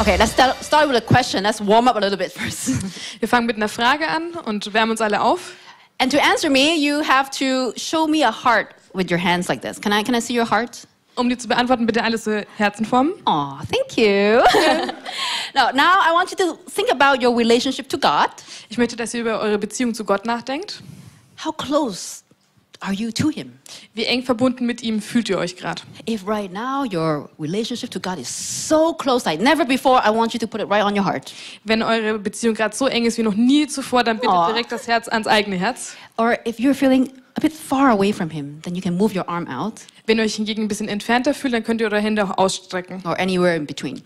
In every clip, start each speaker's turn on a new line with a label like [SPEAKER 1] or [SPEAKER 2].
[SPEAKER 1] Okay, let's start, start with a question. Let's warm up a little bit first.
[SPEAKER 2] Wir fangen mit einer Frage an und wärmen uns alle auf.
[SPEAKER 1] And to answer me, you have to show me a heart with your hands like this. Can I, can I see your heart?
[SPEAKER 2] Um die zu beantworten, bitte alles so Herzen formen.
[SPEAKER 1] Aw, thank you. now, now I want you to think about your relationship to God.
[SPEAKER 2] Ich möchte, dass ihr über eure Beziehung zu Gott nachdenkt.
[SPEAKER 1] How close are you to Him?
[SPEAKER 2] Wie eng verbunden mit ihm fühlt ihr euch gerade?
[SPEAKER 1] If right now your relationship to God is so close like never before, I want you to put it right on your heart.
[SPEAKER 2] Wenn eure Beziehung gerade so eng ist wie noch nie zuvor, dann bitte
[SPEAKER 1] Oh.
[SPEAKER 2] direkt das Herz ans eigene Herz.
[SPEAKER 1] Or if you're feeling a bit far away from Him, then you can move your arm out
[SPEAKER 2] Wenn ihr euch hingegen ein bisschen entfernter fühlt, dann könnt ihr eure Hände auch ausstrecken.
[SPEAKER 1] or anywhere in between.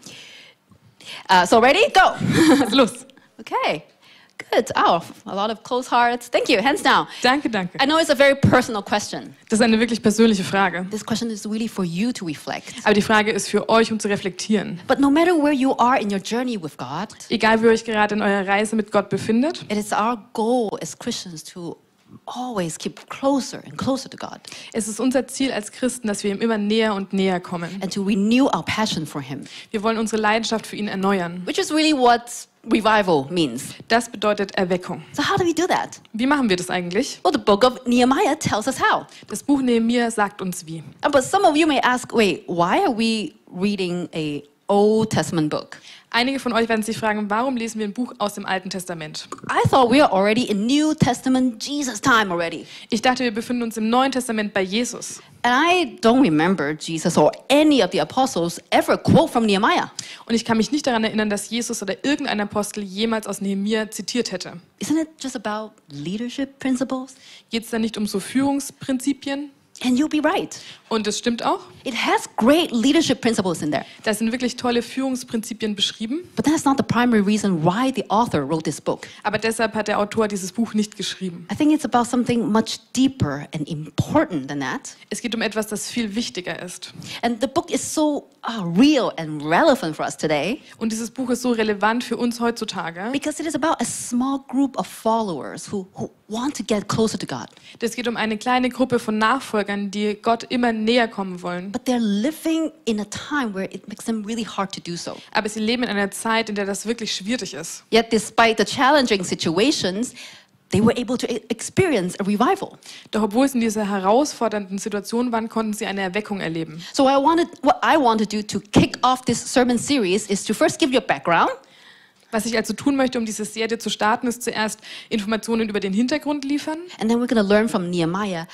[SPEAKER 1] Uh, so, ready? Go!
[SPEAKER 2] Also los.
[SPEAKER 1] okay, good. Oh, a lot of close hearts. Thank you. Hands down.
[SPEAKER 2] Danke, danke.
[SPEAKER 1] I know it's a very personal question.
[SPEAKER 2] Das ist eine wirklich persönliche Frage.
[SPEAKER 1] This question is really for you to reflect.
[SPEAKER 2] Aber die Frage ist für euch, um zu reflektieren.
[SPEAKER 1] But no matter where you are in your journey with God,
[SPEAKER 2] Egal, wie ihr euch gerade in eurer Reise mit Gott befindet,
[SPEAKER 1] it is our goal as Christians to always keep closer and closer to God
[SPEAKER 2] es ist unser Ziel als Christen, dass wir ihm immer näher und näher kommen.
[SPEAKER 1] and to renew our passion for Him,
[SPEAKER 2] Wir wollen unsere Leidenschaft für ihn erneuern.
[SPEAKER 1] which is really what revival means.
[SPEAKER 2] Das bedeutet Erweckung.
[SPEAKER 1] So, how do we do that?
[SPEAKER 2] Wie machen wir das eigentlich?
[SPEAKER 1] Well, the book of Nehemiah tells us how.
[SPEAKER 2] Das Buch Nehemiah sagt uns wie.
[SPEAKER 1] Uh, But some of you may ask, wait, why are we reading a Old Testament book?
[SPEAKER 2] Einige von euch werden sich fragen, warum lesen wir ein Buch aus dem Alten Testament?
[SPEAKER 1] I thought we are already in New Testament Jesus time already.
[SPEAKER 2] Ich dachte, wir befinden uns im Neuen Testament bei Jesus.
[SPEAKER 1] And I don't remember Jesus or any of the apostles ever quote from Nehemiah.
[SPEAKER 2] Und ich kann mich nicht daran erinnern, dass Jesus oder irgendein Apostel jemals aus Nehemiah zitiert hätte.
[SPEAKER 1] Isn't it just about leadership principles?
[SPEAKER 2] Geht es da nicht um so Führungsprinzipien?
[SPEAKER 1] And you'll be right.
[SPEAKER 2] Und es stimmt auch.
[SPEAKER 1] It has great leadership principles in there.
[SPEAKER 2] Da sind wirklich tolle Führungsprinzipien beschrieben.
[SPEAKER 1] But that's not the primary reason why the author wrote this book.
[SPEAKER 2] Aber deshalb hat der Autor dieses Buch nicht geschrieben.
[SPEAKER 1] I think it's about something much deeper and important than that.
[SPEAKER 2] Es geht um etwas, das viel wichtiger ist.
[SPEAKER 1] And the book is so uh, real and relevant for us today
[SPEAKER 2] Und dieses Buch ist so relevant für uns heutzutage.
[SPEAKER 1] because it is about a small group of followers who, who want to get closer to God.
[SPEAKER 2] Es geht um eine kleine Gruppe von Nachfolgern, die Gott immer näher kommen wollen.
[SPEAKER 1] But they're living in a time where it makes them really hard to do so.
[SPEAKER 2] Aber sie leben in einer Zeit, in der das wirklich schwierig ist.
[SPEAKER 1] Yet, despite the challenging situations, they were able to e- experience a revival.
[SPEAKER 2] Doch obwohl es in dieser herausfordernden Situation waren, konnten sie eine Erweckung erleben.
[SPEAKER 1] So, I wanted, what I want to do to kick off this sermon series is to first give you a background,
[SPEAKER 2] Was ich also tun möchte, um diese Serie zu starten, ist zuerst Informationen über den Hintergrund liefern.
[SPEAKER 1] and then we're going to learn from Nehemiah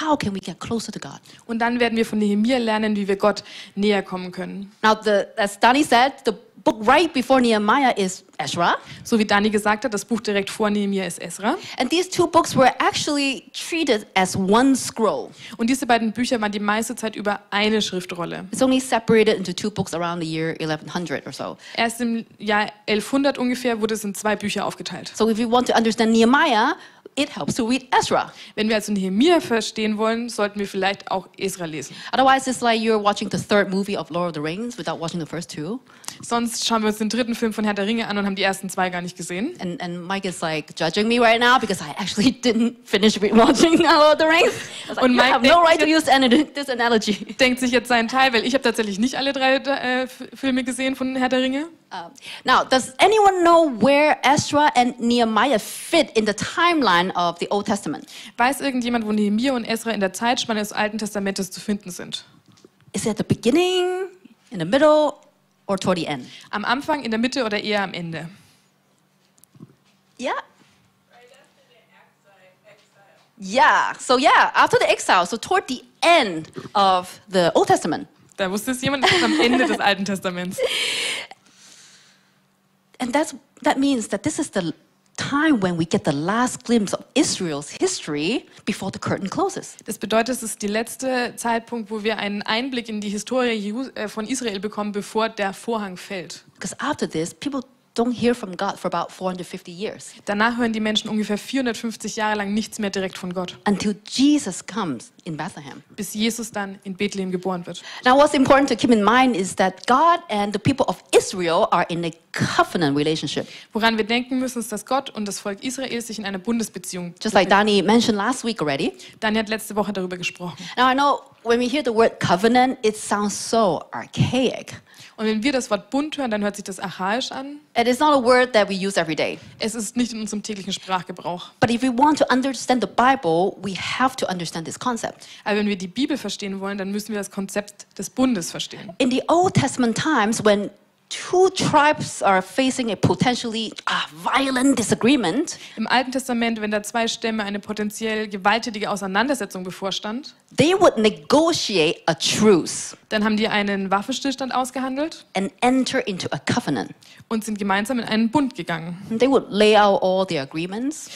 [SPEAKER 1] how can we get closer to God.
[SPEAKER 2] Und dann werden wir von Nehemiah lernen, wie wir Gott näher kommen können.
[SPEAKER 1] Now, the, as Danny said, the book right before Nehemiah is Ezra,
[SPEAKER 2] So wie Dani gesagt hat, das Buch direkt vor Nehemiah ist Esra.
[SPEAKER 1] and these two books were actually treated as one scroll.
[SPEAKER 2] Und diese beiden Bücher waren die meiste Zeit über eine Schriftrolle.
[SPEAKER 1] It's only separated into two books around the year 1100 or so.
[SPEAKER 2] Erst im Jahr 1100 ungefähr wurde es in zwei Bücher aufgeteilt.
[SPEAKER 1] So, if you want to understand Nehemiah, it helps to read Ezra.
[SPEAKER 2] Wenn wir also Nehemiah verstehen wollen, sollten wir vielleicht auch Esra lesen.
[SPEAKER 1] Otherwise, it's like you're watching the third movie of Lord of the Rings without watching the first two.
[SPEAKER 2] Sonst schauen wir uns den dritten Film von Herr der Ringe an und haben die ersten zwei gar nicht gesehen.
[SPEAKER 1] And, and Mike is like judging me right now because I actually didn't finish re- watching Lord of the Rings. I was like,
[SPEAKER 2] Und
[SPEAKER 1] you
[SPEAKER 2] Mike
[SPEAKER 1] have no
[SPEAKER 2] denkt
[SPEAKER 1] right to use any, this analogy.
[SPEAKER 2] Denkt sich jetzt seinen Teil, weil ich habe tatsächlich nicht alle drei äh, F- Filme gesehen von Herr der Ringe.
[SPEAKER 1] Um, now, does anyone know where Ezra and Nehemiah fit in the timeline of the Old Testament?
[SPEAKER 2] Weiß irgendjemand, wo Nehemiah und Esra in der Zeitspanne des Alten Testamentes zu finden sind?
[SPEAKER 1] Is it at the beginning, in the middle, or toward the end?
[SPEAKER 2] Am Anfang, in der Mitte oder eher am Ende?
[SPEAKER 1] Yeah. Yeah, so yeah, after the exile, so toward the end of the Old Testament.
[SPEAKER 2] Da wusste es jemand, das ist am Ende des Alten Testaments.
[SPEAKER 1] And that's, that means that this is the time when we get the last glimpse of Israel's history before the curtain closes.
[SPEAKER 2] Das bedeutet, es ist der letzte Zeitpunkt, wo wir einen Einblick in die Historie Jehu- äh, von Israel bekommen, bevor der Vorhang fällt.
[SPEAKER 1] Because after this, people don't hear from God for about 450 years
[SPEAKER 2] Danach hören die Menschen ungefähr 450 Jahre lang nichts mehr direkt von Gott,
[SPEAKER 1] until Jesus comes in Bethlehem.
[SPEAKER 2] bis Jesus dann in Bethlehem geboren wird.
[SPEAKER 1] Now, what's important to keep in mind is that God and the people of Israel are in a covenant relationship.
[SPEAKER 2] Woran wir denken müssen, ist, dass Gott und das Volk Israel sich in einer Bundesbeziehung.
[SPEAKER 1] Just like Danny mentioned last week already.
[SPEAKER 2] Daniel hat letzte Woche darüber gesprochen.
[SPEAKER 1] Now, I know when we hear the word covenant, it sounds so archaic.
[SPEAKER 2] Und wenn wir das Wort Bund hören, dann hört sich das archaisch an.
[SPEAKER 1] And it's not a word that we use every day.
[SPEAKER 2] Es ist nicht in unserem täglichen Sprachgebrauch.
[SPEAKER 1] But if we want to understand the Bible, we have to understand this concept.
[SPEAKER 2] Aber wenn wir die Bibel verstehen wollen, dann müssen wir das Konzept des Bundes verstehen.
[SPEAKER 1] In the Old Testament times, when two tribes are facing a potentially ah, violent disagreement,
[SPEAKER 2] Im Alten Testament, wenn da zwei Stämme eine potenziell gewalttätige Auseinandersetzung bevorstand,
[SPEAKER 1] they would negotiate a truce
[SPEAKER 2] dann haben die einen Waffenstillstand ausgehandelt
[SPEAKER 1] and enter into a covenant.
[SPEAKER 2] und sind gemeinsam in einen Bund gegangen.
[SPEAKER 1] They would lay out all their agreements.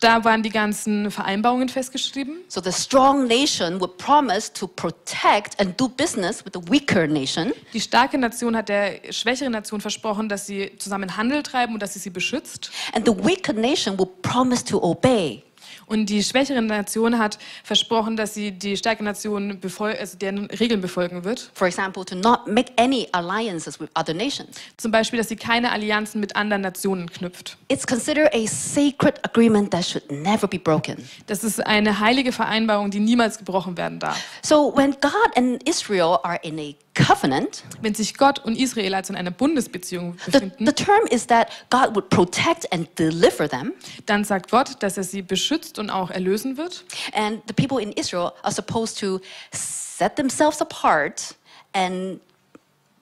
[SPEAKER 2] Da waren die ganzen Vereinbarungen festgeschrieben.
[SPEAKER 1] So the strong nation would promise to protect and do business with the weaker nation.
[SPEAKER 2] Die starke Nation hat der schwächeren Nation versprochen, dass sie zusammen Handel treiben und dass sie sie beschützt.
[SPEAKER 1] And the weaker nation will promise to obey.
[SPEAKER 2] Und die schwächere Nation hat versprochen, dass sie die starke Nation befol also deren Regeln befolgen wird.
[SPEAKER 1] For example, to not make any alliances with other nations.
[SPEAKER 2] Zum Beispiel, dass sie keine Allianzen mit anderen Nationen knüpft.
[SPEAKER 1] It's considered a sacred agreement that should never be broken.
[SPEAKER 2] Das ist eine heilige Vereinbarung, die niemals gebrochen werden darf.
[SPEAKER 1] So when God and Israel are in a covenant,
[SPEAKER 2] Wenn sich Gott und Israel also in einer Bundesbeziehung
[SPEAKER 1] the,
[SPEAKER 2] befinden,
[SPEAKER 1] the term is that God would protect and deliver them,
[SPEAKER 2] dann sagt Gott, dass er sie beschützt und auch erlösen wird.
[SPEAKER 1] and the people in Israel are supposed to set themselves apart and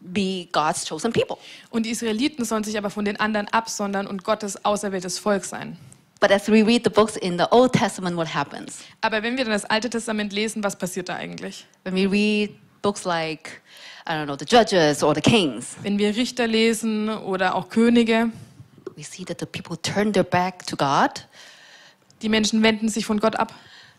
[SPEAKER 1] be God's chosen people.
[SPEAKER 2] Und die Israeliten sollen sich aber von den anderen absondern und Gottes auserwähltes Volk sein.
[SPEAKER 1] But as we read the books in the Old Testament, what happens?
[SPEAKER 2] Aber wenn wir dann das Alte Testament lesen, was passiert da eigentlich?
[SPEAKER 1] When we read books like, I don't know, the Judges or the Kings,
[SPEAKER 2] Wenn wir Richter lesen oder auch Könige,
[SPEAKER 1] we see that the people turn their back to God,
[SPEAKER 2] die Menschen wenden sich von Gott ab.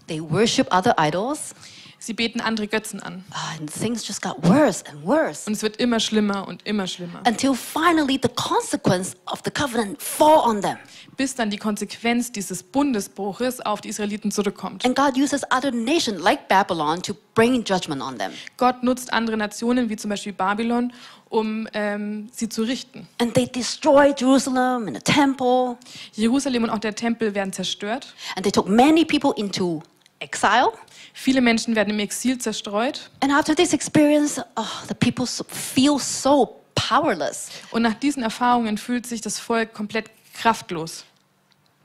[SPEAKER 1] they worship other idols,
[SPEAKER 2] Sie beten andere Götzen an.
[SPEAKER 1] ah, and things just got worse and worse
[SPEAKER 2] Und es wird immer schlimmer und immer schlimmer,
[SPEAKER 1] until finally the consequence of the covenant fall on them.
[SPEAKER 2] bis dann die Konsequenz dieses Bundesbruches auf die Israeliten zurückkommt.
[SPEAKER 1] And God uses other nations like Babylon to bring judgment on them.
[SPEAKER 2] Gott nutzt andere Nationen, wie zum Beispiel Babylon, um ähm, sie zu richten.
[SPEAKER 1] And they destroy Jerusalem and the temple,
[SPEAKER 2] Jerusalem und auch der Tempel werden zerstört.
[SPEAKER 1] and they took many people into exile.
[SPEAKER 2] Viele Menschen werden im Exil zerstreut.
[SPEAKER 1] And after this experience, oh, the people so- feel so powerless.
[SPEAKER 2] Und nach diesen Erfahrungen fühlt sich das Volk komplett kraftlos.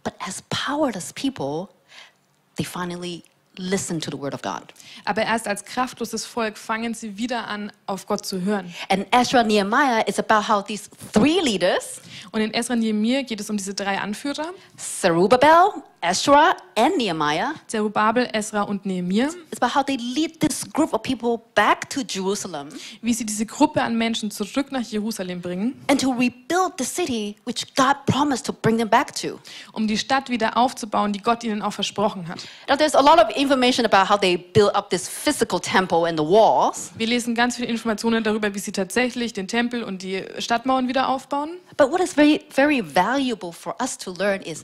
[SPEAKER 1] But as powerless people, they finally listen to the word of God.
[SPEAKER 2] Aber erst als kraftloses Volk fangen sie wieder an, auf Gott zu hören.
[SPEAKER 1] And Ezra and Nehemiah is about how these three leaders,
[SPEAKER 2] Und in Esra und Jemir geht es um diese drei Anführer,
[SPEAKER 1] Zerubbabel, Ezra, and Nehemiah,
[SPEAKER 2] Zerubabel, Esra und Nehemir,
[SPEAKER 1] it's about how they lead this group of people back to Jerusalem
[SPEAKER 2] wie sie diese Gruppe an Menschen zurück nach Jerusalem bringen,
[SPEAKER 1] and to rebuild the city which God promised to bring them back to.
[SPEAKER 2] um die Stadt wieder aufzubauen, die Gott ihnen auch versprochen hat.
[SPEAKER 1] Now, there's a lot of information about how they built up this physical temple and the walls,
[SPEAKER 2] Wir lesen ganz viele Informationen darüber, wie sie tatsächlich den Tempel und die Stadtmauern wieder aufbauen.
[SPEAKER 1] but what is very, very valuable for us to learn is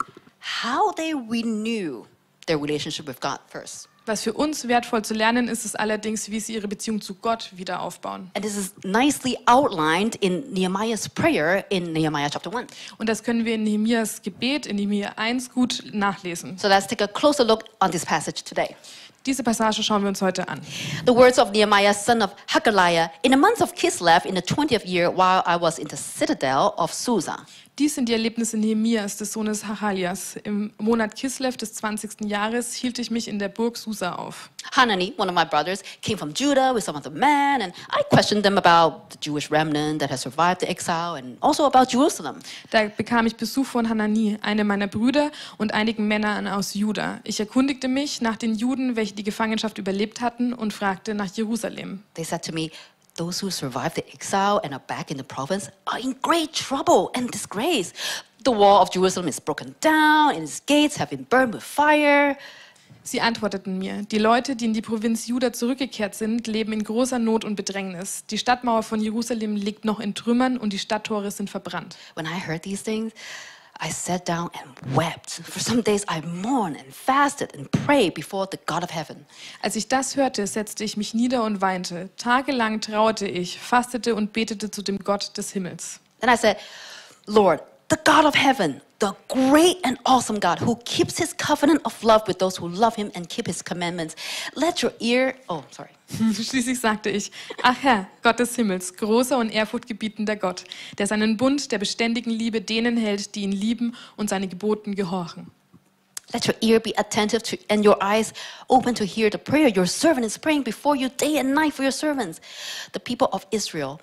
[SPEAKER 1] how they renew their relationship with God first.
[SPEAKER 2] Was für uns wertvoll zu lernen ist, ist allerdings, wie sie ihre Beziehung zu Gott wieder aufbauen.
[SPEAKER 1] And this is nicely outlined in Nehemiah's prayer in Nehemiah chapter 1.
[SPEAKER 2] Und das können wir in Nehemias Gebet, in Nehemia 1, gut nachlesen.
[SPEAKER 1] So let's take a closer look on this passage today.
[SPEAKER 2] Diese Passage schauen wir uns heute an.
[SPEAKER 1] The words of Nehemiah, son of Hakaliah, in the month of Kislev, in the 20th year, while I was in the citadel of Susa.
[SPEAKER 2] Dies sind die Erlebnisse Nehemias, des Sohnes Hachalias. Im Monat Kislev des 20. Jahres hielt ich mich in der Burg Susa auf.
[SPEAKER 1] Hanani, one of my brothers, came from Judah with some of the men, and I questioned them about the Jewish remnant that has survived the exile and also about Jerusalem.
[SPEAKER 2] Da bekam ich Besuch von Hanani, einem meiner Brüder, und einigen Männern aus Juda. Ich erkundigte mich nach den Juden, welche die Gefangenschaft überlebt hatten, und fragte nach Jerusalem.
[SPEAKER 1] They said to me, Those who survived the exile and are back in the province are in great trouble and disgrace. The wall of Jerusalem is broken down and its gates have been burned with fire.
[SPEAKER 2] Sie antworteten mir, die Leute, die in die Provinz Juda zurückgekehrt sind, leben in großer Not und Bedrängnis. Die Stadtmauer von Jerusalem liegt noch in Trümmern und die Stadttore sind verbrannt.
[SPEAKER 1] When I heard these things, I sat down and wept. For some days I mourned and fasted and prayed before the God of heaven.
[SPEAKER 2] Als ich das hörte, setzte ich mich nieder und weinte. Tagelang trauerte ich, fastete und betete zu dem Gott des Himmels.
[SPEAKER 1] Then I said, Lord, the God of heaven, the great and awesome God who keeps his covenant of love with those who love him and keep his commandments. Let your ear, oh, sorry.
[SPEAKER 2] Schließlich sagte ich, ach Herr, Gott des Himmels, großer und ehrfurchtgebietender Gott, der seinen Bund der beständigen Liebe denen hält, die ihn lieben und seine Geboten gehorchen.
[SPEAKER 1] Let your ear be attentive to, and your eyes open to hear the prayer your servant is praying before you day and night for your servants, the people of Israel.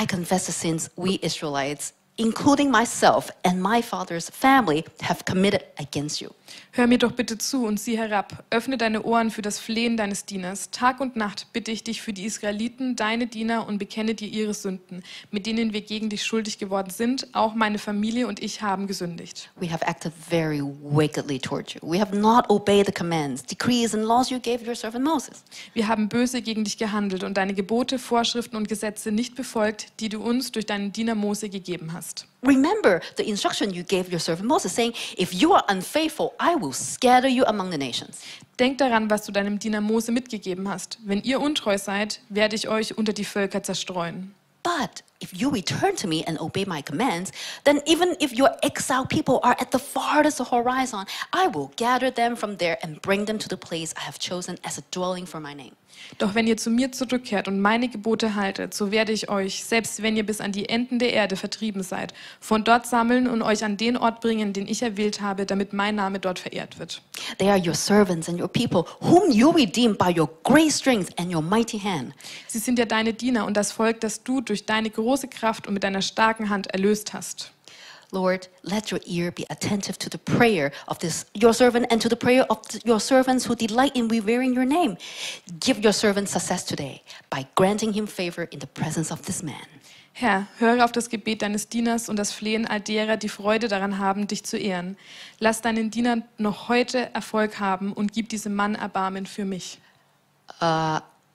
[SPEAKER 1] I confess the sins we Israelites, including myself and my father's family, have committed against you.
[SPEAKER 2] Hör mir doch bitte zu und sieh herab. Öffne deine Ohren für das Flehen deines Dieners. Tag und Nacht bitte ich dich für die Israeliten, deine Diener, und bekenne dir ihre Sünden, mit denen wir gegen dich schuldig geworden sind. Auch meine Familie und ich haben gesündigt.
[SPEAKER 1] We have acted very wickedly toward you. We have not obeyed the commands, decrees, and laws you gave your servant Moses.
[SPEAKER 2] Wir haben böse gegen dich gehandelt und deine Gebote, Vorschriften und Gesetze nicht befolgt, die du uns durch deinen Diener Mose gegeben hast.
[SPEAKER 1] Remember the instruction you gave your servant Moses, saying, If you are unfaithful, I will scatter you among the nations.
[SPEAKER 2] Denk daran, was du deinem Diener Mose mitgegeben hast. Wenn ihr untreu seid, werde ich euch unter die Völker zerstreuen.
[SPEAKER 1] But if you return to me and obey my commands, then even if your exiled people are at the farthest horizon, I will gather them from there and bring them to the place I have chosen as a dwelling for my name.
[SPEAKER 2] Doch wenn ihr zu mir zurückkehrt und meine Gebote haltet, so werde ich euch, selbst wenn ihr bis an die Enden der Erde vertrieben seid, von dort sammeln und euch an den Ort bringen, den ich erwählt habe, damit mein Name dort verehrt wird.
[SPEAKER 1] They are your servants and your people, whom you redeemed by your great strength and your mighty hand.
[SPEAKER 2] Sie sind ja deine Diener und das Volk, das du durch deine große Kraft und mit deiner starken Hand erlöst hast.
[SPEAKER 1] Lord, let your ear be attentive to the prayer of this your servant and to the prayer of th- your servants who delight in revering your name. Give your servant success today by granting him favor in the presence of this man.
[SPEAKER 2] Herr, höre auf das Gebet deines Dieners und das Flehen all derer, die Freude daran haben, dich zu ehren. Lass deinen Dienern noch heute Erfolg haben und gib diesem Mann Erbarmen für mich.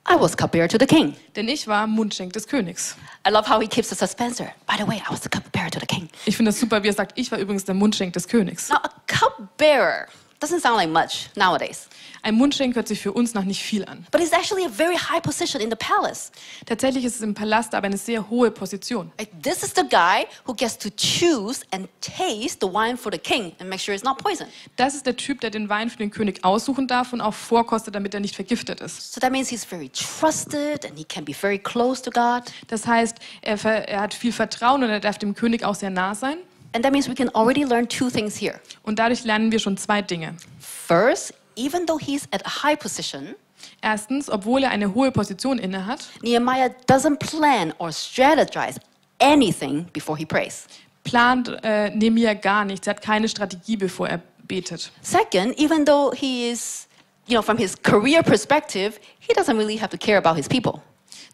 [SPEAKER 1] I was cupbearer to the king.
[SPEAKER 2] Denn ich war Mundschenk des Königs.
[SPEAKER 1] I love how he keeps the suspense. there. By the way, I was the cupbearer to the king.
[SPEAKER 2] Ich finde das super, wie er sagt, ich war übrigens der Mundschenk des Königs.
[SPEAKER 1] Now, a cupbearer doesn't sound like much nowadays,
[SPEAKER 2] Ein Mundschenk hört sich für uns nach nicht viel an.
[SPEAKER 1] but it's actually a very high position in the palace.
[SPEAKER 2] Tatsächlich ist es im Palast aber eine sehr hohe Position.
[SPEAKER 1] Like, this is the guy who gets to choose and taste the wine for the king and make sure it's not poison.
[SPEAKER 2] Das ist der Typ, der den Wein für den König aussuchen darf und auch vorkostet, damit er nicht vergiftet ist.
[SPEAKER 1] So that means he's very trusted and he can be very close to God.
[SPEAKER 2] Das heißt, er, ver er hat viel Vertrauen und er darf dem König auch sehr nah sein.
[SPEAKER 1] And that means we can already learn two things here.
[SPEAKER 2] Und dadurch lernen wir schon zwei Dinge.
[SPEAKER 1] First, even though he's at a high position,
[SPEAKER 2] Erstens, obwohl er eine hohe Position innehat,
[SPEAKER 1] Nehemiah doesn't plan or strategize anything before he prays.
[SPEAKER 2] plant äh, Nemir gar nichts. Er hat keine Strategie, bevor er betet.
[SPEAKER 1] Second, even though he is, you know, from his career perspective, he doesn't really have to care about his people.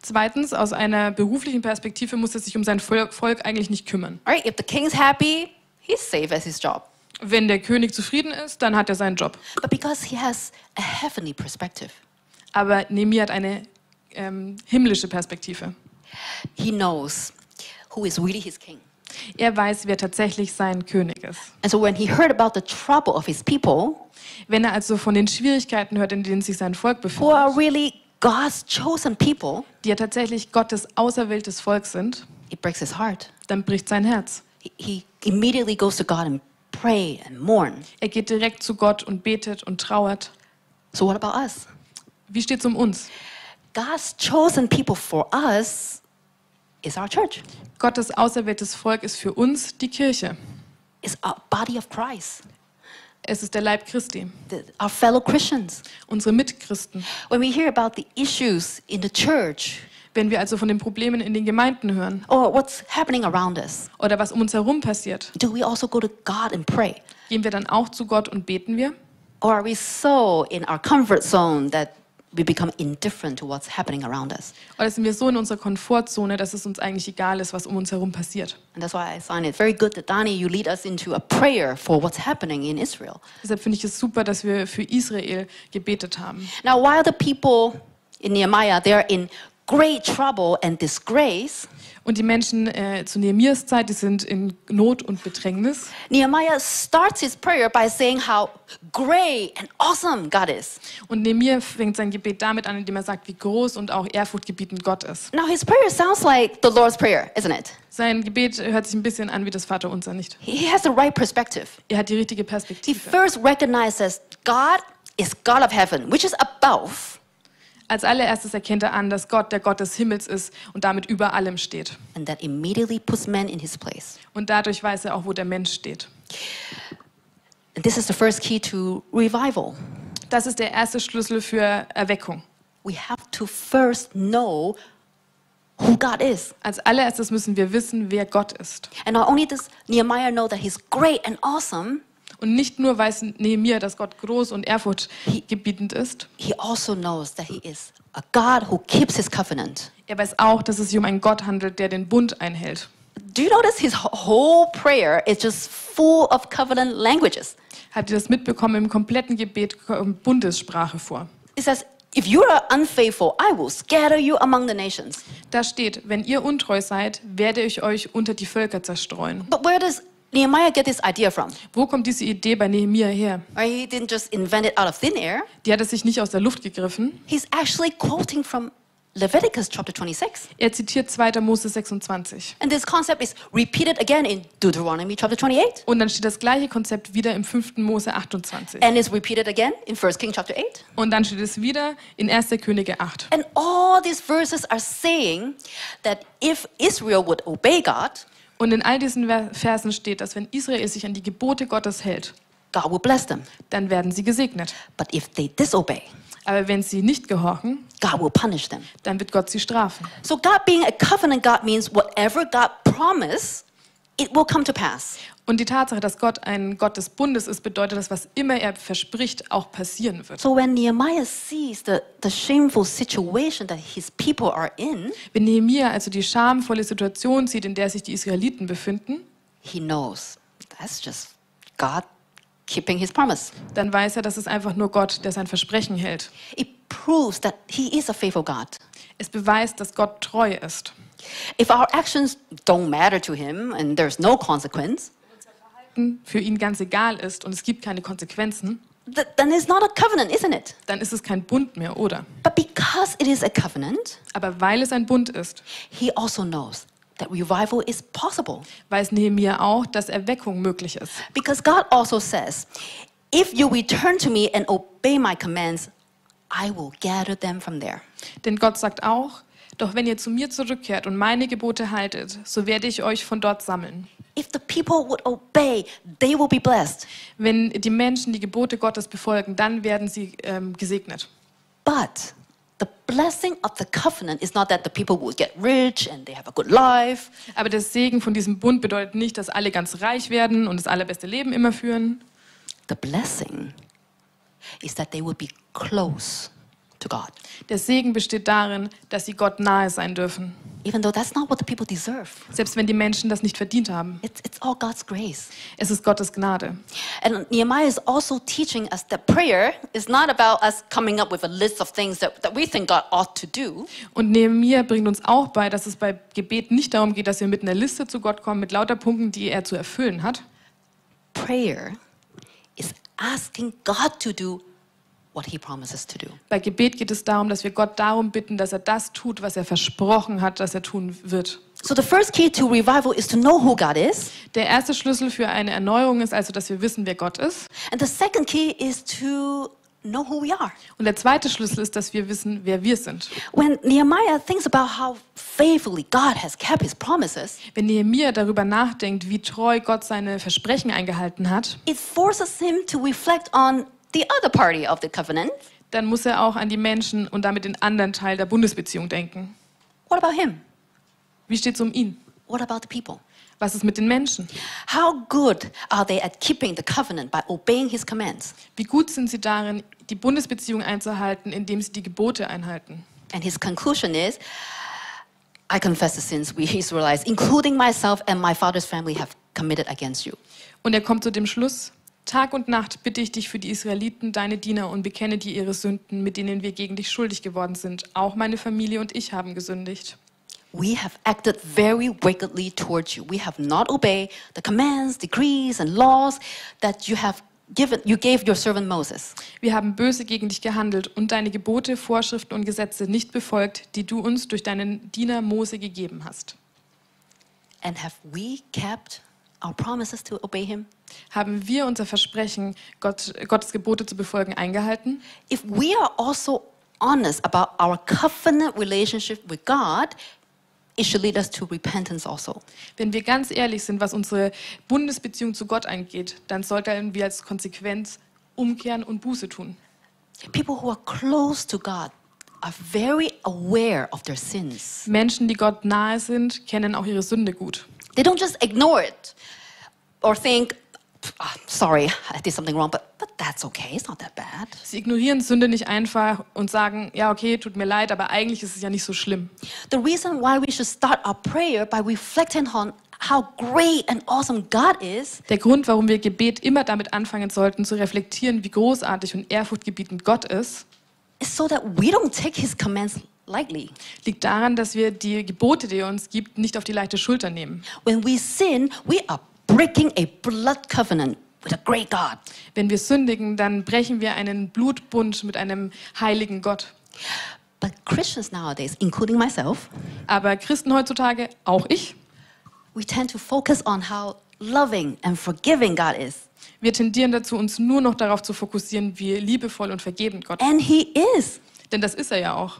[SPEAKER 2] Zweitens, aus einer beruflichen Perspektive muss er sich um sein Volk, Volk eigentlich nicht kümmern.
[SPEAKER 1] All right, if the king's happy, he's safe at his job.
[SPEAKER 2] Wenn der König zufrieden ist, dann hat er seinen Job.
[SPEAKER 1] But because he has a heavenly perspective,
[SPEAKER 2] Aber Nehemiah hat eine ähm, himmlische Perspektive.
[SPEAKER 1] he knows who is really his king.
[SPEAKER 2] Er weiß, wer tatsächlich sein König ist.
[SPEAKER 1] And so when he heard about the trouble of his people,
[SPEAKER 2] Wenn er also von den Schwierigkeiten hört, in denen sich sein Volk
[SPEAKER 1] who
[SPEAKER 2] befindet,
[SPEAKER 1] are really God's chosen people,
[SPEAKER 2] die ja tatsächlich Gottes auserwähltes Volk sind,
[SPEAKER 1] it breaks his heart.
[SPEAKER 2] dann bricht sein Herz.
[SPEAKER 1] He, he immediately goes to God and pray and mourn.
[SPEAKER 2] Er geht direkt zu Gott und betet und trauert.
[SPEAKER 1] So what about us?
[SPEAKER 2] Wie steht's um uns?
[SPEAKER 1] God's chosen people for us is our church.
[SPEAKER 2] Gottes auserwähltes Volk ist für uns die Kirche.
[SPEAKER 1] It's our body of Christ,
[SPEAKER 2] Es ist der Leib Christi,
[SPEAKER 1] the, our fellow Christians.
[SPEAKER 2] unsere Mitchristen.
[SPEAKER 1] When we hear about the issues in the church
[SPEAKER 2] Wenn wir also von den Problemen in den Gemeinden hören
[SPEAKER 1] or what's happening around us,
[SPEAKER 2] oder was um uns herum passiert,
[SPEAKER 1] do we also go to God and pray?
[SPEAKER 2] gehen wir dann auch zu Gott und beten wir?
[SPEAKER 1] Or are we so in our comfort zone that we become indifferent to what's happening around us?
[SPEAKER 2] Oder sind wir so in unserer Komfortzone, dass es uns eigentlich egal ist, was um uns herum passiert?
[SPEAKER 1] And that's why I find it very good that Donnie, you lead us into a prayer for what's happening in Israel.
[SPEAKER 2] Deshalb finde ich es super, dass wir für Israel gebetet haben.
[SPEAKER 1] Now, while the people in Nehemiah they are in great trouble and disgrace,
[SPEAKER 2] Und die Menschen äh, zu Nehemias Zeit, die sind in Not und Bedrängnis.
[SPEAKER 1] Nehemiah starts his prayer by saying how great and awesome God is.
[SPEAKER 2] Und Nehemiah fängt sein Gebet damit an, indem er sagt, wie groß und auch ehrfurchtgebietend Gott ist.
[SPEAKER 1] Now, his prayer sounds like the Lord's Prayer, isn't it?
[SPEAKER 2] Sein Gebet hört sich ein bisschen an wie das Vaterunser nicht.
[SPEAKER 1] He has the right perspective.
[SPEAKER 2] Er hat die richtige
[SPEAKER 1] He
[SPEAKER 2] Perspektive.
[SPEAKER 1] first recognizes God is God of heaven, which is above,
[SPEAKER 2] Als allererstes erkennt er an, dass Gott der Gott des Himmels ist und damit über allem steht.
[SPEAKER 1] and that immediately puts man in his place.
[SPEAKER 2] Und dadurch weiß er auch, wo der Mensch steht.
[SPEAKER 1] This is the first key to revival.
[SPEAKER 2] Das ist der erste Schlüssel für Erweckung.
[SPEAKER 1] We have to first know who God is.
[SPEAKER 2] Als allererstes müssen wir wissen, wer Gott ist.
[SPEAKER 1] And not only does Nehemiah know that he's great and awesome,
[SPEAKER 2] Und nicht nur weiß Nehemiah, dass Gott groß und ehrfurchtgebietend ist,
[SPEAKER 1] he also knows that he is a God who keeps his covenant.
[SPEAKER 2] er weiß auch, dass es sich um einen Gott handelt, der den Bund einhält.
[SPEAKER 1] Do you notice his wh- whole prayer is just full of covenant languages?
[SPEAKER 2] Habt ihr das mitbekommen? Im kompletten Gebet kommt Bundessprache vor.
[SPEAKER 1] It says, If you are unfaithful, I will scatter you among the nations.
[SPEAKER 2] Da steht, wenn ihr untreu seid, werde ich euch unter die Völker zerstreuen.
[SPEAKER 1] But where does Nehemiah get this idea from?
[SPEAKER 2] Wo kommt diese Idee bei Nehemiah her?
[SPEAKER 1] Right, He didn't just invent it out of thin air.
[SPEAKER 2] Die hat es sich nicht aus der Luft gegriffen.
[SPEAKER 1] He's actually quoting from Leviticus chapter 26.
[SPEAKER 2] Er zitiert 2. Mose 26.
[SPEAKER 1] And this concept is repeated again in Deuteronomy chapter 28.
[SPEAKER 2] Und dann steht das gleiche Konzept wieder im 5. Mose 28.
[SPEAKER 1] And it's repeated again in 1 King chapter 8.
[SPEAKER 2] Und dann steht es wieder in 1. Könige 8.
[SPEAKER 1] And all these verses are saying that if Israel would obey God,
[SPEAKER 2] Und in all diesen Ver- Versen steht, dass wenn Israel sich an die Gebote Gottes hält,
[SPEAKER 1] God will bless them.
[SPEAKER 2] dann werden sie gesegnet.
[SPEAKER 1] But if they disobey,
[SPEAKER 2] Aber wenn sie nicht gehorchen,
[SPEAKER 1] God will punish them.
[SPEAKER 2] dann wird Gott sie strafen.
[SPEAKER 1] So God being a covenant God means whatever God promised, it will come to pass.
[SPEAKER 2] Und die Tatsache, dass Gott ein Gott des Bundes ist, bedeutet, dass was immer er verspricht, auch passieren wird.
[SPEAKER 1] So when Nehemiah sees the, the shameful situation that his people are in,
[SPEAKER 2] Wenn Nehemiah also die schamvolle Situation sieht, in der sich die Israeliten befinden,
[SPEAKER 1] he knows that's just God keeping his promise.
[SPEAKER 2] dann weiß er, dass es einfach nur Gott, der sein Versprechen hält.
[SPEAKER 1] It proves that he is a faithful God.
[SPEAKER 2] Es beweist, dass Gott treu ist.
[SPEAKER 1] If our actions don't matter to him and there's no consequence,
[SPEAKER 2] Für ihn ganz egal ist und es gibt keine Konsequenzen,
[SPEAKER 1] th- then it's not a covenant, isn't it?
[SPEAKER 2] dann ist es kein Bund mehr, oder?
[SPEAKER 1] But because it is a covenant,
[SPEAKER 2] Aber weil es ein Bund ist,
[SPEAKER 1] he also knows that revival is possible.
[SPEAKER 2] weiß Nehemiah auch, dass Erweckung möglich ist.
[SPEAKER 1] Because God also says, If you return to me and obey my commands, I will gather them from there.
[SPEAKER 2] Denn Gott sagt auch, doch wenn ihr zu mir zurückkehrt und meine Gebote haltet, so werde ich euch von dort sammeln.
[SPEAKER 1] If the people would obey, they will be blessed.
[SPEAKER 2] Wenn die Menschen die Gebote Gottes befolgen, dann werden sie ähm, gesegnet.
[SPEAKER 1] But the blessing of the covenant is not that the people will get rich and they have a good life.
[SPEAKER 2] Aber der Segen von diesem Bund bedeutet nicht, dass alle ganz reich werden und das allerbeste Leben immer führen.
[SPEAKER 1] The blessing is that they will be close to God,
[SPEAKER 2] Der Segen besteht darin, dass sie Gott nahe sein dürfen,
[SPEAKER 1] even though that's not what the people deserve.
[SPEAKER 2] selbst wenn die Menschen das nicht verdient haben.
[SPEAKER 1] It's, it's all God's grace.
[SPEAKER 2] Es ist Gottes Gnade.
[SPEAKER 1] And Nehemiah is also teaching us that prayer is not about us coming up with a list of things that, that we think God ought to do,
[SPEAKER 2] Und Nehemiah bringt uns auch bei, dass es bei Gebet nicht darum geht, dass wir mit einer Liste zu Gott kommen, mit lauter Punkten, die er zu erfüllen hat.
[SPEAKER 1] prayer is asking God to do what he promises to do.
[SPEAKER 2] Bei Gebet geht es darum, dass wir Gott darum bitten, dass er das tut, was er versprochen hat, dass er tun wird.
[SPEAKER 1] So the first key to revival is to know who God is.
[SPEAKER 2] Der erste Schlüssel für eine Erneuerung ist also, dass wir wissen, wer Gott ist.
[SPEAKER 1] And the second key is to know who we are.
[SPEAKER 2] Und der zweite Schlüssel ist, dass wir wissen, wer wir sind.
[SPEAKER 1] When Nehemiah thinks about how faithfully God has kept his promises,
[SPEAKER 2] Wenn Nehemiah darüber nachdenkt, wie treu Gott seine Versprechen eingehalten hat,
[SPEAKER 1] it forces him to reflect on the other party of the covenant.
[SPEAKER 2] dann muss er auch an die Menschen und damit den anderen Teil der Bundesbeziehung denken.
[SPEAKER 1] What about him?
[SPEAKER 2] Wie steht es um ihn?
[SPEAKER 1] What about the people?
[SPEAKER 2] Was ist mit den Menschen?
[SPEAKER 1] How good are they at keeping the covenant by obeying his commands?
[SPEAKER 2] Wie gut sind sie darin, die Bundesbeziehung einzuhalten, indem sie die Gebote einhalten?
[SPEAKER 1] And his conclusion is I confess the sins we Israelites, including myself and my father's family, have committed against you.
[SPEAKER 2] Und er kommt zu dem Schluss, Tag und Nacht bitte ich dich für die Israeliten, deine Diener, und bekenne dir ihre Sünden, mit denen wir gegen dich schuldig geworden sind. Auch meine Familie und ich haben gesündigt.
[SPEAKER 1] We have acted very wickedly towards you. We have not obeyed the commands, decrees, and laws that you have given you gave your servant Moses.
[SPEAKER 2] Wir haben böse gegen dich gehandelt und deine Gebote, Vorschriften und Gesetze nicht befolgt, die du uns durch deinen Diener Mose gegeben hast.
[SPEAKER 1] And have we kept our promises to obey him?
[SPEAKER 2] Haben wir unser Versprechen, Gott, Gottes Gebote zu befolgen, eingehalten?
[SPEAKER 1] If we are also honest about our covenant relationship with God, it should lead us to repentance also.
[SPEAKER 2] Wenn wir ganz ehrlich sind, was unsere Bundesbeziehung zu Gott angeht, dann sollten wir als Konsequenz umkehren und Buße tun.
[SPEAKER 1] People who are close to God are very aware of their sins.
[SPEAKER 2] Menschen, die Gott nahe sind, kennen auch ihre Sünde gut.
[SPEAKER 1] They don't just ignore it or think, "Ah, sorry, I did something wrong, but, but that's okay, it's not that bad.
[SPEAKER 2] Sie ignorieren Sünde nicht einfach und sagen, ja, okay, tut mir leid, aber eigentlich ist es ja nicht so schlimm.
[SPEAKER 1] The reason why we should start our prayer by reflecting on how great and awesome God is
[SPEAKER 2] Der Grund, warum wir Gebet immer damit anfangen sollten, zu reflektieren, wie großartig und ehrfurchtgebietend Gott ist,
[SPEAKER 1] is so that we don't take his commands lightly.
[SPEAKER 2] liegt daran, dass wir die Gebote, die er uns gibt, nicht auf die leichte Schulter nehmen.
[SPEAKER 1] When we sin, we are breaking a blood covenant with a great God.
[SPEAKER 2] Wenn wir sündigen, dann brechen wir einen Blutbund mit einem heiligen Gott.
[SPEAKER 1] But Christians nowadays, including myself,
[SPEAKER 2] Aber Christen heutzutage, auch ich,
[SPEAKER 1] we tend to focus on how loving and forgiving God is.
[SPEAKER 2] wir tendieren dazu, uns nur noch darauf zu fokussieren, wie liebevoll und vergebend Gott ist.
[SPEAKER 1] And He is.
[SPEAKER 2] Denn das ist er ja auch.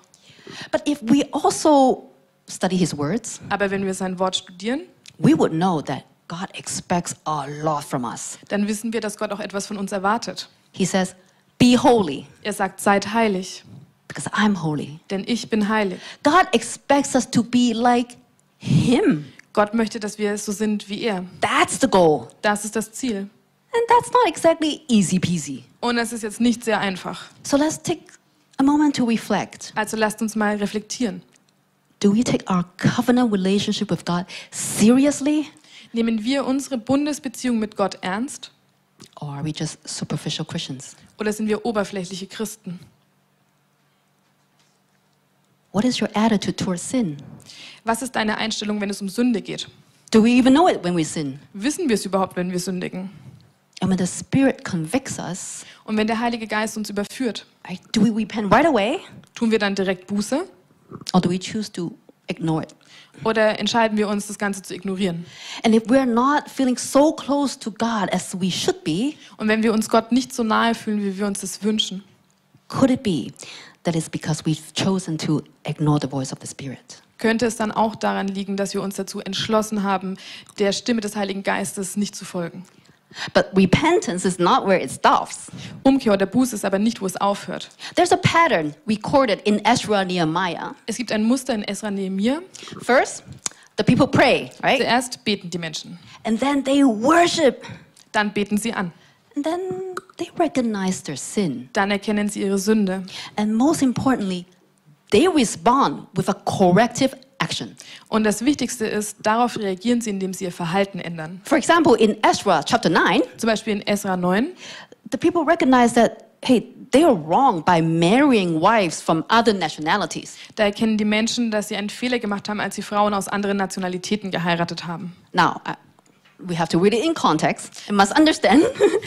[SPEAKER 1] But if we also study His words,
[SPEAKER 2] Aber wenn wir sein Wort studieren,
[SPEAKER 1] we would know that God expects a lot from us.
[SPEAKER 2] dann wissen wir, dass Gott auch etwas von uns erwartet.
[SPEAKER 1] He says, Be holy,
[SPEAKER 2] Er sagt, seid heilig,
[SPEAKER 1] because I'm holy.
[SPEAKER 2] denn ich bin heilig.
[SPEAKER 1] God expects us to be like Him.
[SPEAKER 2] Gott möchte, dass wir so sind wie er.
[SPEAKER 1] That's the goal.
[SPEAKER 2] Das ist das Ziel.
[SPEAKER 1] And that's not exactly easy peasy.
[SPEAKER 2] Und es ist jetzt nicht sehr einfach.
[SPEAKER 1] So let's take a moment to reflect.
[SPEAKER 2] Also lasst uns mal reflektieren.
[SPEAKER 1] Do we take our covenant relationship with God seriously?
[SPEAKER 2] Nehmen wir unsere Bundesbeziehung mit Gott ernst
[SPEAKER 1] Or are we just superficial Christians?
[SPEAKER 2] oder sind wir oberflächliche Christen?
[SPEAKER 1] What is your attitude towards sin?
[SPEAKER 2] Was ist deine Einstellung, wenn es um Sünde geht?
[SPEAKER 1] Do we even know it when we sin?
[SPEAKER 2] Wissen wir es überhaupt, wenn wir sündigen?
[SPEAKER 1] And when the Spirit convicts us,
[SPEAKER 2] Und wenn der Heilige Geist uns überführt,
[SPEAKER 1] right, do we repent right away
[SPEAKER 2] tun wir dann direkt Buße
[SPEAKER 1] or do we choose to ignore it?
[SPEAKER 2] oder entscheiden wir uns, das Ganze zu ignorieren?
[SPEAKER 1] And if we're not feeling so close to God as we should be,
[SPEAKER 2] Und wenn wir uns Gott nicht so nahe fühlen, wie wir uns das wünschen,
[SPEAKER 1] could it be that it's because we've chosen to ignore the voice of the Spirit?
[SPEAKER 2] könnte es dann auch daran liegen, dass wir uns dazu entschlossen haben, der Stimme des Heiligen Geistes nicht zu folgen.
[SPEAKER 1] But repentance is not where it stops.
[SPEAKER 2] Umkehr oder Buße ist aber nicht, wo es aufhört.
[SPEAKER 1] There's a pattern recorded in Ezra and Nehemiah.
[SPEAKER 2] Es gibt ein Muster in Esra Nehemiah.
[SPEAKER 1] First, the people pray, right?
[SPEAKER 2] Zuerst beten die Menschen,
[SPEAKER 1] And then they worship.
[SPEAKER 2] dann beten sie an,
[SPEAKER 1] And then they recognize their sin.
[SPEAKER 2] dann erkennen sie ihre Sünde
[SPEAKER 1] And most importantly, they respond with a corrective action.
[SPEAKER 2] und das Wichtigste ist, darauf reagieren sie, indem sie ihr Verhalten ändern.
[SPEAKER 1] For example, in Ezra chapter 9,
[SPEAKER 2] Zum Beispiel in Esra 9
[SPEAKER 1] the people recognize that, hey, they are wrong by marrying wives from other nationalities.
[SPEAKER 2] Da erkennen die Menschen, dass sie einen Fehler gemacht haben, als sie Frauen aus anderen Nationalitäten geheiratet haben.
[SPEAKER 1] Now, I, we have to read it in context and must understand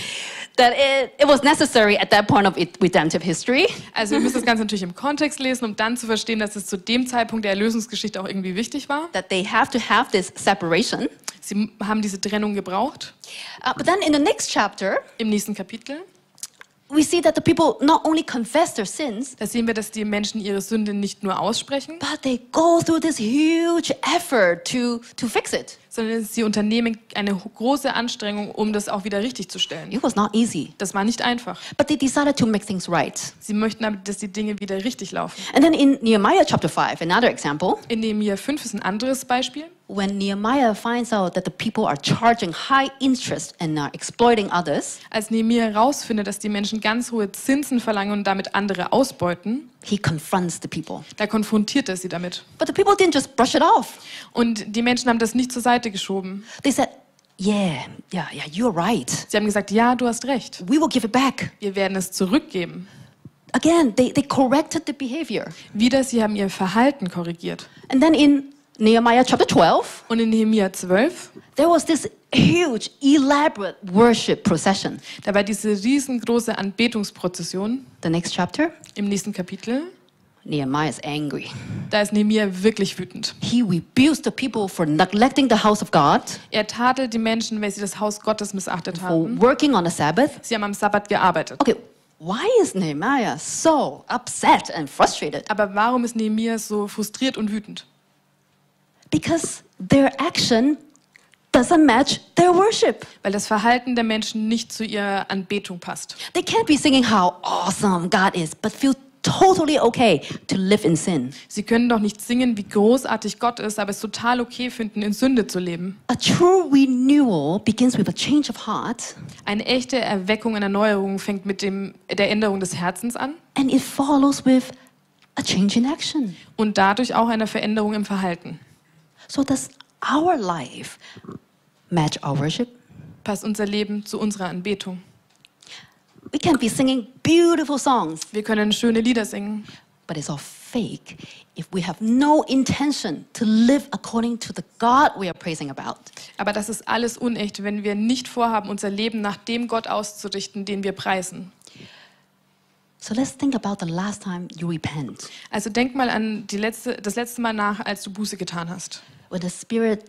[SPEAKER 1] that it, it was necessary at that point of it- redemptive history.
[SPEAKER 2] Also wir müssen das Ganze natürlich im Kontext lesen, um dann zu verstehen, dass es zu dem Zeitpunkt der Erlösungsgeschichte auch irgendwie wichtig war.
[SPEAKER 1] that they have to have this separation.
[SPEAKER 2] Sie m- haben diese Trennung gebraucht.
[SPEAKER 1] Uh, but then in the next chapter,
[SPEAKER 2] Im nächsten Kapitel,
[SPEAKER 1] we see that the people not only confess their sins,
[SPEAKER 2] da sehen wir, dass die Menschen ihre Sünde nicht nur aussprechen,
[SPEAKER 1] but they go through this huge effort to, to fix it.
[SPEAKER 2] sondern sie unternehmen eine ho- große Anstrengung, um das auch wieder richtigzustellen.
[SPEAKER 1] It was not easy.
[SPEAKER 2] Das war nicht einfach.
[SPEAKER 1] But they decided to make things right.
[SPEAKER 2] Sie möchten aber, dass die Dinge wieder richtig laufen.
[SPEAKER 1] And then in Nehemiah chapter 5, another example,
[SPEAKER 2] In Nehemiah 5 ist ein anderes Beispiel.
[SPEAKER 1] when Nehemiah finds out that the people are charging high interest and are exploiting others,
[SPEAKER 2] Als Nehemiah herausfindet, dass die Menschen ganz hohe Zinsen verlangen und damit andere ausbeuten,
[SPEAKER 1] he confronts the people.
[SPEAKER 2] da konfrontiert er sie damit.
[SPEAKER 1] But the people didn't just brush it off.
[SPEAKER 2] Und die Menschen haben das nicht zur Seite geschoben.
[SPEAKER 1] They said, Yeah, yeah, yeah, you're right.
[SPEAKER 2] Sie haben gesagt, ja, du hast recht.
[SPEAKER 1] We will give it back.
[SPEAKER 2] Wir werden es zurückgeben.
[SPEAKER 1] again, they, they corrected the behavior.
[SPEAKER 2] Wieder, sie haben ihr Verhalten korrigiert.
[SPEAKER 1] And then in Nehemiah chapter 12,
[SPEAKER 2] Und in Nehemiah 12,
[SPEAKER 1] there was this huge, elaborate worship procession.
[SPEAKER 2] da war diese riesengroße Anbetungsprozession
[SPEAKER 1] The next chapter,
[SPEAKER 2] im nächsten Kapitel.
[SPEAKER 1] Nehemiah is angry.
[SPEAKER 2] Da ist Nehemiah wirklich wütend.
[SPEAKER 1] He rebukes the people for neglecting the house of God,
[SPEAKER 2] Er tadelt die Menschen, weil sie das Haus Gottes missachtet
[SPEAKER 1] for
[SPEAKER 2] haben.
[SPEAKER 1] working on the Sabbath.
[SPEAKER 2] Sie haben am Sabbat gearbeitet.
[SPEAKER 1] Okay, why is Nehemiah so upset and frustrated?
[SPEAKER 2] Aber warum ist Nehemiah so frustriert und wütend?
[SPEAKER 1] Because their action doesn't match their worship.
[SPEAKER 2] Weil das Verhalten der Menschen nicht zu ihrer Anbetung passt.
[SPEAKER 1] They can't be singing how awesome God is, but feel totally okay to live in sin.
[SPEAKER 2] Sie können doch nicht singen, wie großartig Gott ist, aber es total okay finden, in Sünde zu leben.
[SPEAKER 1] A true renewal begins with a change of heart
[SPEAKER 2] Eine echte Erweckung und Erneuerung fängt mit dem, der Änderung des Herzens an
[SPEAKER 1] and it follows with a change in action.
[SPEAKER 2] und dadurch auch einer Veränderung im Verhalten.
[SPEAKER 1] So, does our life match our worship?
[SPEAKER 2] Passt unser Leben zu unserer Anbetung.
[SPEAKER 1] We can be singing beautiful songs,
[SPEAKER 2] Wir können schöne Lieder singen,
[SPEAKER 1] but it's all fake if we have no intention to live according to the God we are praising about.
[SPEAKER 2] aber das ist alles unecht, wenn wir nicht vorhaben, unser Leben nach dem Gott auszurichten, den wir preisen.
[SPEAKER 1] So, let's think about the last time you repent.
[SPEAKER 2] Also denk mal an die letzte, das letzte Mal nach, als du Buße getan hast.
[SPEAKER 1] When the Spirit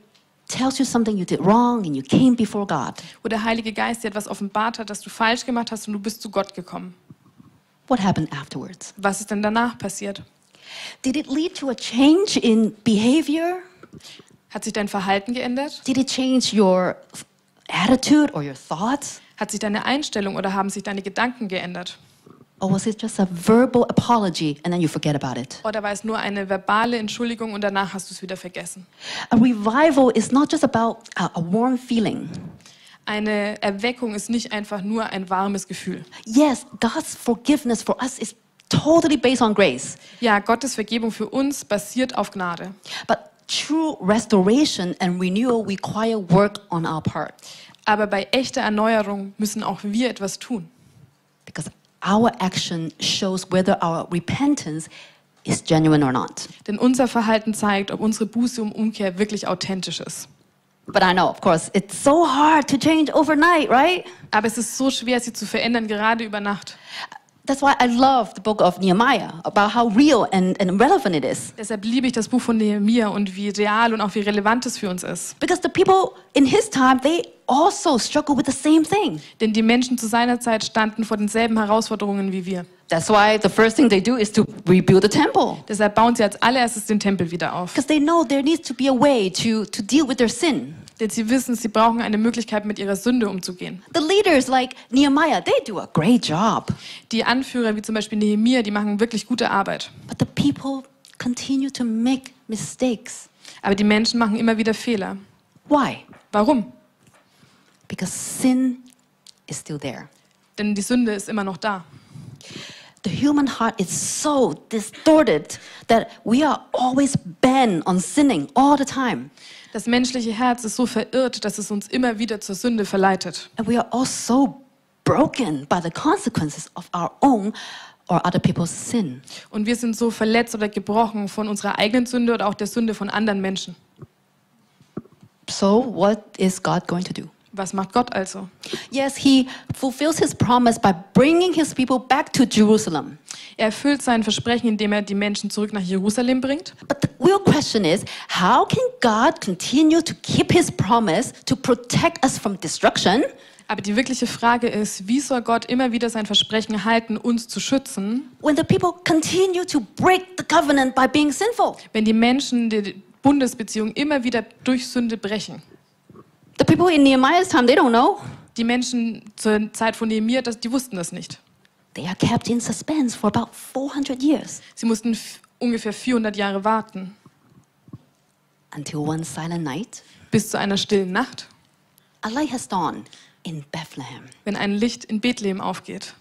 [SPEAKER 1] tells you something you did wrong and you came before God,
[SPEAKER 2] Wo der Heilige Geist dir etwas offenbart hat, das du falsch gemacht hast und du bist zu Gott gekommen.
[SPEAKER 1] what happened afterwards?
[SPEAKER 2] Was ist denn danach passiert?
[SPEAKER 1] Did it lead to a change in behavior?
[SPEAKER 2] Hat sich dein Verhalten geändert?
[SPEAKER 1] Did it change your attitude or your thoughts?
[SPEAKER 2] Hat sich deine Einstellung oder haben sich deine Gedanken geändert?
[SPEAKER 1] Or was it just a verbal apology and then you forget about it?
[SPEAKER 2] Oder war es nur eine verbale Entschuldigung und danach hast du es wieder vergessen?
[SPEAKER 1] A revival is not just about a, a warm feeling.
[SPEAKER 2] Eine Erweckung ist nicht einfach nur ein warmes Gefühl.
[SPEAKER 1] Yes, God's forgiveness for us is totally based on grace,
[SPEAKER 2] Ja, Gottes Vergebung für uns basiert auf Gnade.
[SPEAKER 1] but true restoration and renewal require work on our part
[SPEAKER 2] Aber bei echter Erneuerung müssen auch wir etwas tun.
[SPEAKER 1] because our action shows whether our repentance is genuine or not.
[SPEAKER 2] Denn unser Verhalten zeigt, ob unsere Buße und Umkehr wirklich authentisch ist.
[SPEAKER 1] But I know, of course, it's so hard to change overnight, right?
[SPEAKER 2] Aber es ist so schwer, sie zu verändern, gerade über Nacht.
[SPEAKER 1] That's why I love the book of Nehemiah about how real and, and relevant it is.
[SPEAKER 2] Deshalb liebe ich das Buch von Nehemia und wie real und auch wie relevant es für uns ist.
[SPEAKER 1] Because the people in his time, they also struggle with the same thing.
[SPEAKER 2] Denn die Menschen zu seiner Zeit standen vor denselben Herausforderungen wie wir.
[SPEAKER 1] That's why the first thing they do is to rebuild the temple.
[SPEAKER 2] Deshalb bauen sie als allererstes den Tempel wieder auf.
[SPEAKER 1] Because they know there needs to be a way to, to deal with their sin.
[SPEAKER 2] Denn sie wissen, sie brauchen eine Möglichkeit, mit ihrer Sünde umzugehen.
[SPEAKER 1] The leaders like Nehemiah, they do a great job.
[SPEAKER 2] Die Anführer, wie zum Beispiel Nehemia, die machen wirklich gute Arbeit.
[SPEAKER 1] But the people continue to make mistakes.
[SPEAKER 2] Aber die Menschen machen immer wieder Fehler.
[SPEAKER 1] Why?
[SPEAKER 2] Warum?
[SPEAKER 1] Because sin is still there.
[SPEAKER 2] Denn die Sünde ist immer noch da.
[SPEAKER 1] The human heart is so distorted that we are always bent on sinning all the time.
[SPEAKER 2] Das menschliche Herz ist so verirrt, dass es uns immer wieder zur Sünde verleitet.
[SPEAKER 1] And we are all so broken by the consequences of our own or other people's sin.
[SPEAKER 2] Und wir sind so verletzt oder gebrochen von unserer eigenen Sünde oder auch der Sünde von anderen Menschen.
[SPEAKER 1] So, what is God going to do?
[SPEAKER 2] Was macht Gott also?
[SPEAKER 1] Yes, He fulfills His promise by bringing His people back to Jerusalem.
[SPEAKER 2] Er erfüllt sein Versprechen, indem er die Menschen zurück nach Jerusalem bringt.
[SPEAKER 1] But the real question is how can God continue to keep His promise to protect us from destruction
[SPEAKER 2] Aber die wirkliche Frage ist, wie soll Gott immer wieder sein Versprechen halten, uns zu schützen,
[SPEAKER 1] when the people continue to break the covenant by being sinful?
[SPEAKER 2] wenn die Menschen die Bundesbeziehung immer wieder durch Sünde brechen?
[SPEAKER 1] The people in Nehemiah's time, they don't know.
[SPEAKER 2] Die Menschen zur Zeit von Nehemiah, das, die wussten das nicht.
[SPEAKER 1] They are kept in suspense for about 400 years
[SPEAKER 2] Sie mussten f- ungefähr 400 Jahre warten,
[SPEAKER 1] until one silent night,
[SPEAKER 2] bis zu einer stillen Nacht,
[SPEAKER 1] a light has dawned in Bethlehem.
[SPEAKER 2] wenn ein Licht in Bethlehem aufgeht.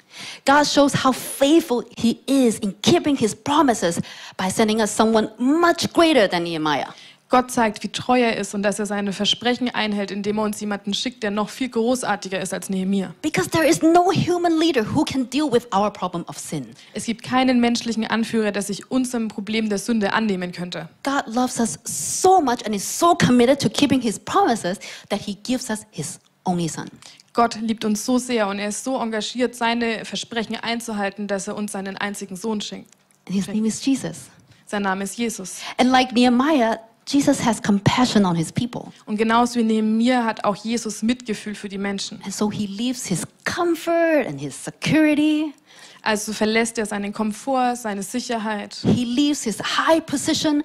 [SPEAKER 1] God shows how faithful He is in keeping His promises by sending us someone much greater than Nehemiah.
[SPEAKER 2] Gott zeigt, wie treu er ist und dass er seine Versprechen einhält, indem er uns jemanden schickt, der noch viel großartiger ist als Nehemia.
[SPEAKER 1] Because there is no human leader who can deal with our problem of sin.
[SPEAKER 2] Es gibt keinen menschlichen Anführer, der sich unserem Problem der Sünde annehmen könnte.
[SPEAKER 1] God loves us so much and is so committed to keeping his promises that he gives us his only son.
[SPEAKER 2] Gott liebt uns so sehr und er ist so engagiert, seine Versprechen einzuhalten, dass er uns seinen einzigen Sohn schenkt.
[SPEAKER 1] And his name is Jesus.
[SPEAKER 2] Sein Name ist Jesus.
[SPEAKER 1] And like Nehemiah, Jesus has compassion on his people.
[SPEAKER 2] Und genauso wie Nehemia hat auch Jesus Mitgefühl für die Menschen.
[SPEAKER 1] And so he leaves his comfort and his security.
[SPEAKER 2] Also verlässt er seinen Komfort, seine Sicherheit.
[SPEAKER 1] He leaves his high position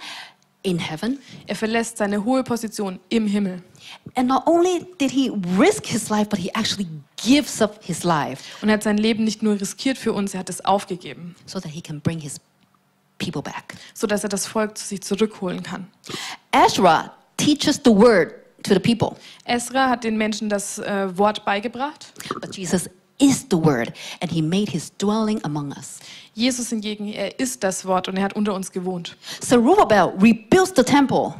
[SPEAKER 1] in heaven.
[SPEAKER 2] Er verlässt seine hohe Position im Himmel.
[SPEAKER 1] And not only did he risk his life, but he actually gives up his life
[SPEAKER 2] Und er hat sein Leben nicht nur riskiert für uns, er hat es aufgegeben,
[SPEAKER 1] so that he can bring his people back.
[SPEAKER 2] sodass er das Volk zu sich zurückholen kann.
[SPEAKER 1] Ezra teaches the word to the people,
[SPEAKER 2] Esra hat den Menschen das äh, Wort beigebracht.
[SPEAKER 1] but Jesus is the word, and he made his dwelling among us.
[SPEAKER 2] Jesus hingegen, er ist das Wort und er hat unter uns gewohnt.
[SPEAKER 1] Zerubbabel rebuilds the temple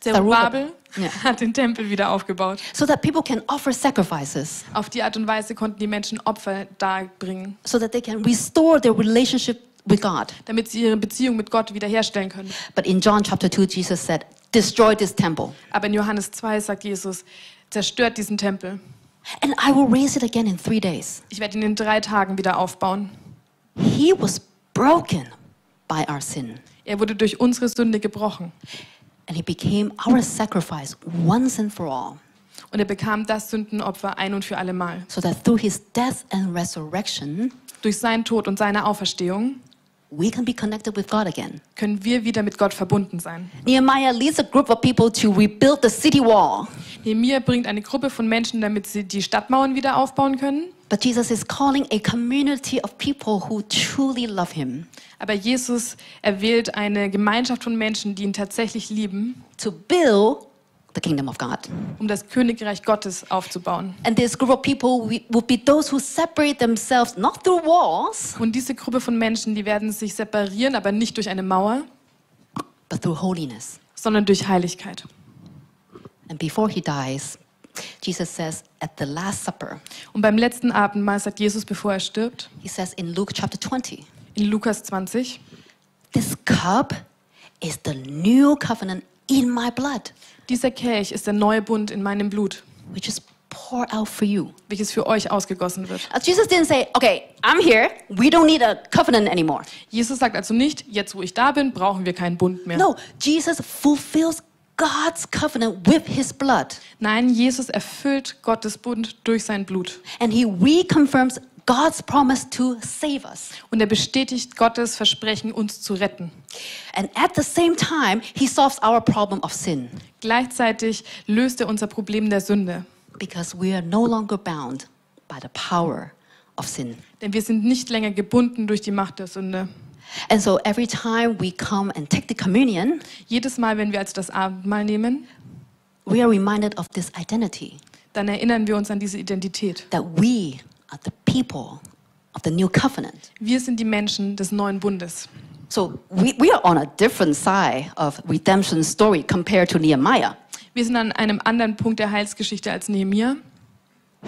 [SPEAKER 2] Zerubabel
[SPEAKER 1] Ja.
[SPEAKER 2] hat den Tempel wieder aufgebaut.
[SPEAKER 1] so that people can offer sacrifices,
[SPEAKER 2] Auf die Art und Weise konnten die Menschen Opfer darbringen,
[SPEAKER 1] so that they can restore their relationship with God.
[SPEAKER 2] damit sie ihre Beziehung mit Gott wiederherstellen können.
[SPEAKER 1] But in John chapter 2, Jesus said, Destroy this temple,
[SPEAKER 2] Aber in Johannes 2 sagt Jesus, zerstört diesen Tempel.
[SPEAKER 1] and I will raise it again in three days.
[SPEAKER 2] Ich werde ihn in drei Tagen wieder aufbauen.
[SPEAKER 1] He was broken by our sin,
[SPEAKER 2] Er wurde durch unsere Sünde gebrochen.
[SPEAKER 1] and he became our sacrifice once and for all,
[SPEAKER 2] Und er bekam das Sündenopfer ein und für allemal.
[SPEAKER 1] so that through his death and resurrection,
[SPEAKER 2] Durch seinen Tod und seine Auferstehung
[SPEAKER 1] we can be connected with God again.
[SPEAKER 2] können wir wieder mit Gott verbunden sein.
[SPEAKER 1] Nehemiah leads a group of people to rebuild the city wall,
[SPEAKER 2] Nehemiah bringt eine Gruppe von Menschen, damit sie die Stadtmauern wieder aufbauen können.
[SPEAKER 1] but Jesus is calling a community of people who truly love him
[SPEAKER 2] Aber Jesus erwählt eine Gemeinschaft von Menschen, die ihn tatsächlich lieben,
[SPEAKER 1] to build the kingdom of God.
[SPEAKER 2] um das Königreich Gottes aufzubawn.
[SPEAKER 1] And this group of people wi- will be those who separate themselves not through walls,
[SPEAKER 2] Und diese Gruppe von Menschen, die werden sich separieren, aber nicht durch eine Mauer,
[SPEAKER 1] but through holiness.
[SPEAKER 2] sondern durch Heiligkeit.
[SPEAKER 1] And before he dies, Jesus says at the Last Supper,
[SPEAKER 2] Und beim letzten Abendmahl sagt Jesus, bevor er stirbt,
[SPEAKER 1] he says in Luke chapter 20,
[SPEAKER 2] in Lukas 20,
[SPEAKER 1] This cup is the new covenant in my blood,
[SPEAKER 2] dieser Kelch ist der neue Bund in meinem Blut,
[SPEAKER 1] which is poured out for you.
[SPEAKER 2] welches für euch ausgegossen wird.
[SPEAKER 1] Uh, Jesus didn't say, Okay, I'm here. We don't need a covenant anymore.
[SPEAKER 2] Jesus sagt also nicht, jetzt wo ich da bin, brauchen wir keinen Bund mehr.
[SPEAKER 1] No, Jesus fulfills God's covenant with his blood,
[SPEAKER 2] Nein, Jesus erfüllt Gottes Bund durch sein Blut.
[SPEAKER 1] and he reconfirms God's promise to save us.
[SPEAKER 2] Und er bestätigt Gottes Versprechen, uns zu retten.
[SPEAKER 1] And at the same time, he solves our problem of sin
[SPEAKER 2] Gleichzeitig löst er unser Problem der Sünde.
[SPEAKER 1] because we are no longer bound by the power of sin.
[SPEAKER 2] Denn wir sind nicht länger gebunden durch die Macht der Sünde.
[SPEAKER 1] And so every time we come and take the communion,
[SPEAKER 2] Jedes Mal, wenn wir also das Abendmahl nehmen,
[SPEAKER 1] we are reminded of this identity
[SPEAKER 2] dann erinnern wir uns an diese Identität.
[SPEAKER 1] that we are the people of the new covenant.
[SPEAKER 2] Wir sind die Menschen des neuen Bundes.
[SPEAKER 1] So we, we are on a different side of redemption story compared to Nehemiah.
[SPEAKER 2] Wir sind an einem anderen Punkt der Heilsgeschichte als Nehemia.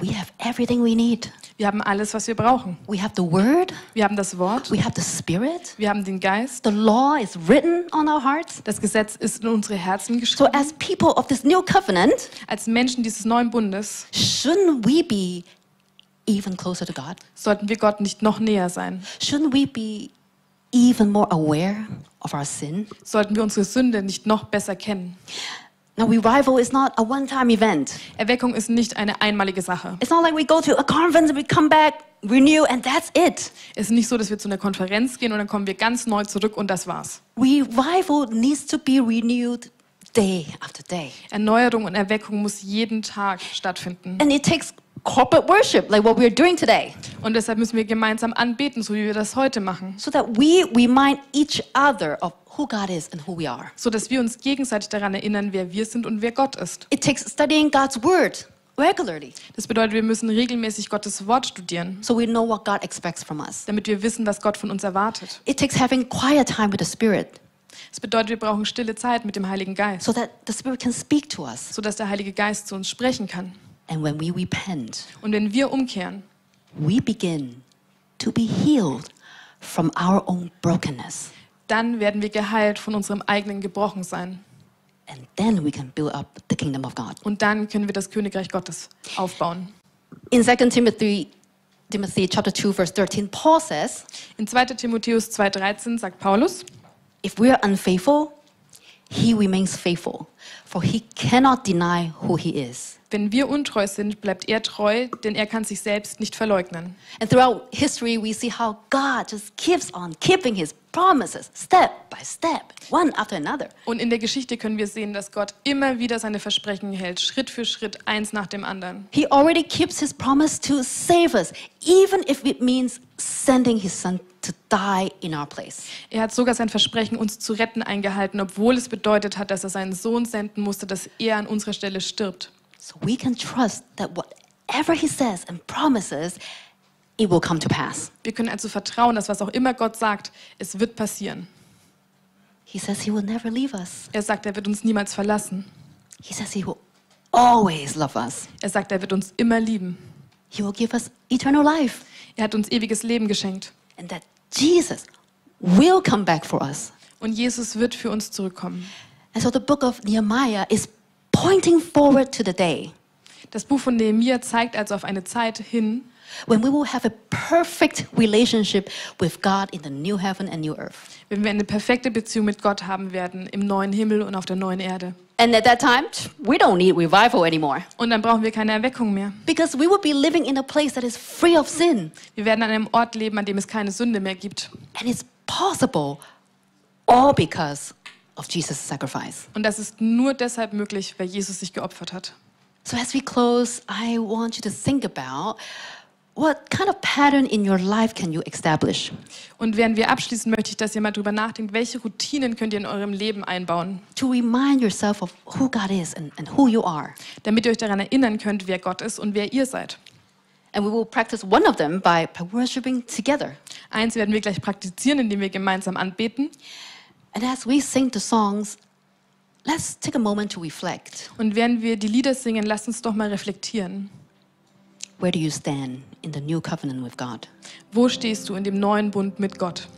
[SPEAKER 1] We have everything we need.
[SPEAKER 2] Wir haben alles, was wir brauchen.
[SPEAKER 1] We have the word,
[SPEAKER 2] Wir haben das Wort,
[SPEAKER 1] we have the spirit,
[SPEAKER 2] wir haben den Geist.
[SPEAKER 1] the law is written on our hearts.
[SPEAKER 2] Das Gesetz ist in unsere Herzen
[SPEAKER 1] So
[SPEAKER 2] geschrieben.
[SPEAKER 1] as people of this new covenant,
[SPEAKER 2] Als Menschen dieses neuen Bundes
[SPEAKER 1] shouldn't we be even closer to God?
[SPEAKER 2] sollten wir Gott nicht noch näher sein.
[SPEAKER 1] Shouldn't we be even more aware of our sin?
[SPEAKER 2] sollten wir unsere Sünde nicht noch besser kennen.
[SPEAKER 1] Now, revival is not a one time event.
[SPEAKER 2] Erweckung ist nicht eine einmalige Sache.
[SPEAKER 1] It's not like we go to a conference and we come back, renew, and that's it.
[SPEAKER 2] Es ist nicht so, dass wir zu einer Konferenz gehen und dann kommen wir ganz neu zurück und das war's.
[SPEAKER 1] Revival needs to be renewed day after day.
[SPEAKER 2] Erneuerung und Erweckung muss jeden Tag stattfinden.
[SPEAKER 1] And it takes corporate worship, like what we're doing today,
[SPEAKER 2] Und deshalb müssen wir gemeinsam anbeten, so wie wir das heute machen.
[SPEAKER 1] so that we remind each other of who God is and who we are.
[SPEAKER 2] So dass wir uns gegenseitig daran erinnern, wer wir sind und wer Gott ist.
[SPEAKER 1] It takes studying God's word regularly
[SPEAKER 2] Das bedeutet, wir müssen regelmäßig Gottes Wort studieren,
[SPEAKER 1] so we know what God expects from us.
[SPEAKER 2] damit wir wissen, was Gott von uns erwartet.
[SPEAKER 1] It takes having quiet time with the Spirit
[SPEAKER 2] Das bedeutet, wir brauchen stille Zeit mit dem Heiligen Geist,
[SPEAKER 1] so that the Spirit can speak to us.
[SPEAKER 2] sodass der Heilige Geist zu uns sprechen kann.
[SPEAKER 1] And when we repent,
[SPEAKER 2] Und wenn wir umkehren,
[SPEAKER 1] we begin to be healed from our own brokenness.
[SPEAKER 2] dann werden wir geheilt von unserem eigenen Gebrochensein.
[SPEAKER 1] And then we can build up the kingdom of God.
[SPEAKER 2] Und dann können wir das Königreich Gottes aufbauen.
[SPEAKER 1] In 2 Timothy, Timothy chapter 2, verse 13, Paul says,
[SPEAKER 2] In 2. Timotheus 2,13 sagt Paulus:
[SPEAKER 1] If we are unfaithful, he remains faithful, for he cannot deny who he is.
[SPEAKER 2] Wenn wir untreu sind, bleibt er treu, denn er kann sich selbst nicht verleugnen.
[SPEAKER 1] And throughout history, we see how God just keeps on keeping his promises step by step, one after another.
[SPEAKER 2] Und in der Geschichte können wir sehen, dass Gott immer wieder seine Versprechen hält, Schritt für Schritt, eins nach dem anderen.
[SPEAKER 1] He already keeps his promise to save us, even if it means sending his son to die in our place.
[SPEAKER 2] Er hat sogar sein Versprechen, uns zu retten, eingehalten, obwohl es bedeutet hat, dass er seinen Sohn senden musste, dass er an unserer Stelle stirbt.
[SPEAKER 1] So we can trust that whatever he says and promises, it will come to pass.
[SPEAKER 2] Wir können also vertrauen, dass was auch immer Gott sagt, es wird passieren.
[SPEAKER 1] He says he will never leave us.
[SPEAKER 2] Er sagt, er wird uns niemals verlassen.
[SPEAKER 1] He says he will always love us.
[SPEAKER 2] Er sagt, er wird uns immer lieben.
[SPEAKER 1] He will give us eternal life.
[SPEAKER 2] Er hat uns ewiges Leben geschenkt.
[SPEAKER 1] And that Jesus will come back for us.
[SPEAKER 2] Und Jesus wird für uns zurückkommen.
[SPEAKER 1] And so the book of Nehemiah is pointing forward to the day
[SPEAKER 2] Das Buch von Nehemia zeigt also auf eine Zeit hin,
[SPEAKER 1] when we will have a perfect relationship with God in the new heaven and new earth.
[SPEAKER 2] wenn wir eine perfekte Beziehung mit Gott haben werden, im neuen Himmel und auf der neuen Erde.
[SPEAKER 1] And at that time, we don't need revival anymore
[SPEAKER 2] Und dann brauchen wir keine Erweckung mehr.
[SPEAKER 1] because we will be living in a place that is free of sin
[SPEAKER 2] Wir werden an einem Ort leben, an dem es keine Sünde mehr gibt.
[SPEAKER 1] and it's possible all because of Jesus' sacrifice.
[SPEAKER 2] Und das ist nur deshalb möglich, weil Jesus sich geopfert hat.
[SPEAKER 1] So as we close, I want you to think about what kind of pattern in your life can you establish?
[SPEAKER 2] Und während wir abschließen, möchte ich, dass ihr mal drüber nachdenkt, welche Routinen könnt ihr in eurem Leben einbauen,
[SPEAKER 1] to remind yourself of who God is and, and who you are.
[SPEAKER 2] damit ihr euch daran erinnern könnt, wer Gott ist und wer ihr seid.
[SPEAKER 1] And we will practice one of them by, by worshiping together.
[SPEAKER 2] Eins werden wir gleich praktizieren, indem wir gemeinsam anbeten.
[SPEAKER 1] And as we sing the songs, let's take a moment to reflect.
[SPEAKER 2] Und während wir die Lieder singen, lasst uns doch mal reflektieren.
[SPEAKER 1] Where do you stand in the new covenant with God?
[SPEAKER 2] Wo stehst du in dem neuen Bund mit Gott?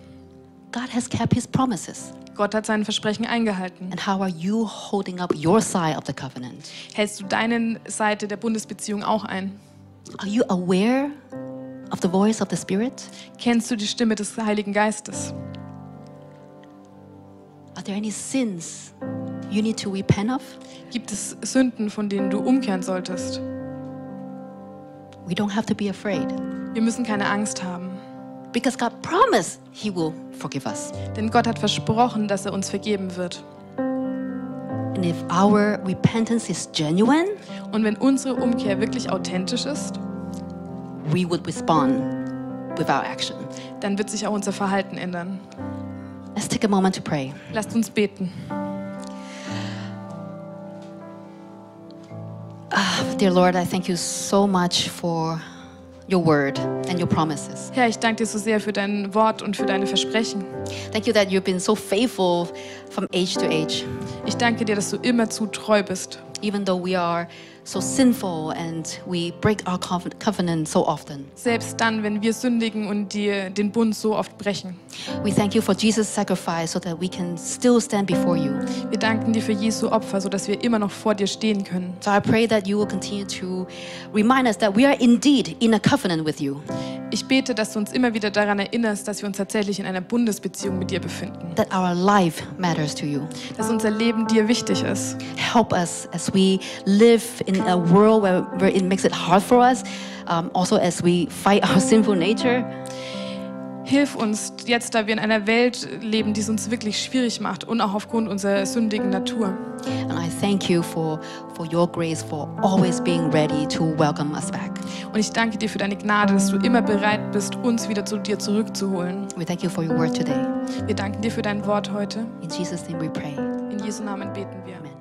[SPEAKER 1] God has kept his promises.
[SPEAKER 2] Gott hat sein Versprechen eingehalten.
[SPEAKER 1] And how are you holding up your side of the covenant?
[SPEAKER 2] Hältst du deine Seite der Bundesbeziehung auch ein?
[SPEAKER 1] Are you aware of the voice of the Spirit?
[SPEAKER 2] Kennst du die Stimme des Heiligen Geistes?
[SPEAKER 1] Are there any sins you need to repent of?
[SPEAKER 2] Gibt es Sünden, von denen du umkehren solltest?
[SPEAKER 1] We don't have to be afraid
[SPEAKER 2] Wir müssen keine Angst haben,
[SPEAKER 1] because God promised he will forgive us.
[SPEAKER 2] denn Gott hat versprochen, dass er uns vergeben wird.
[SPEAKER 1] And if our repentance is genuine,
[SPEAKER 2] Und wenn unsere Umkehr wirklich authentisch ist,
[SPEAKER 1] we would respond with our action.
[SPEAKER 2] dann wird sich auch unser Verhalten ändern.
[SPEAKER 1] Let's take a moment to pray.
[SPEAKER 2] Lasst uns beten.
[SPEAKER 1] Dear Lord, I thank you so much for your word and your promises.
[SPEAKER 2] Herr, ich danke dir so sehr für dein Wort und für deine Versprechen.
[SPEAKER 1] Thank you that you've been so faithful from age to age,
[SPEAKER 2] Ich danke dir, dass du immer zu treu bist,
[SPEAKER 1] even though we are so sinful and we break our cov- covenant so often.
[SPEAKER 2] selbst dann, wenn wir sündigen und dir den Bund so oft brechen.
[SPEAKER 1] We thank you for Jesus' sacrifice so that we can still stand before you.
[SPEAKER 2] Wir danken dir für Jesu Opfer, sodass wir immer noch vor dir stehen können.
[SPEAKER 1] So I pray that you will continue to remind us that we are indeed in a covenant with you.
[SPEAKER 2] Ich bete, dass du uns immer wieder daran erinnerst, dass wir uns tatsächlich in einer Bundesbeziehung mit dir befinden,
[SPEAKER 1] that our life matters to you.
[SPEAKER 2] dass unser Leben dir wichtig ist.
[SPEAKER 1] Help us as we live in a world where, where it makes it hard for us, um, also as we fight our sinful nature.
[SPEAKER 2] Hilf uns jetzt, da wir in einer Welt leben, die es uns wirklich schwierig macht und auch aufgrund unserer sündigen Natur.
[SPEAKER 1] And I thank you for, for your grace, for always being ready to welcome us back.
[SPEAKER 2] Und ich danke dir für deine Gnade, dass du immer bereit bist, uns wieder zu dir zurückzuholen.
[SPEAKER 1] We thank you for your word today.
[SPEAKER 2] Wir danken dir für dein Wort heute.
[SPEAKER 1] In Jesus' name we pray.
[SPEAKER 2] In Jesu Namen beten wir.
[SPEAKER 1] Amen.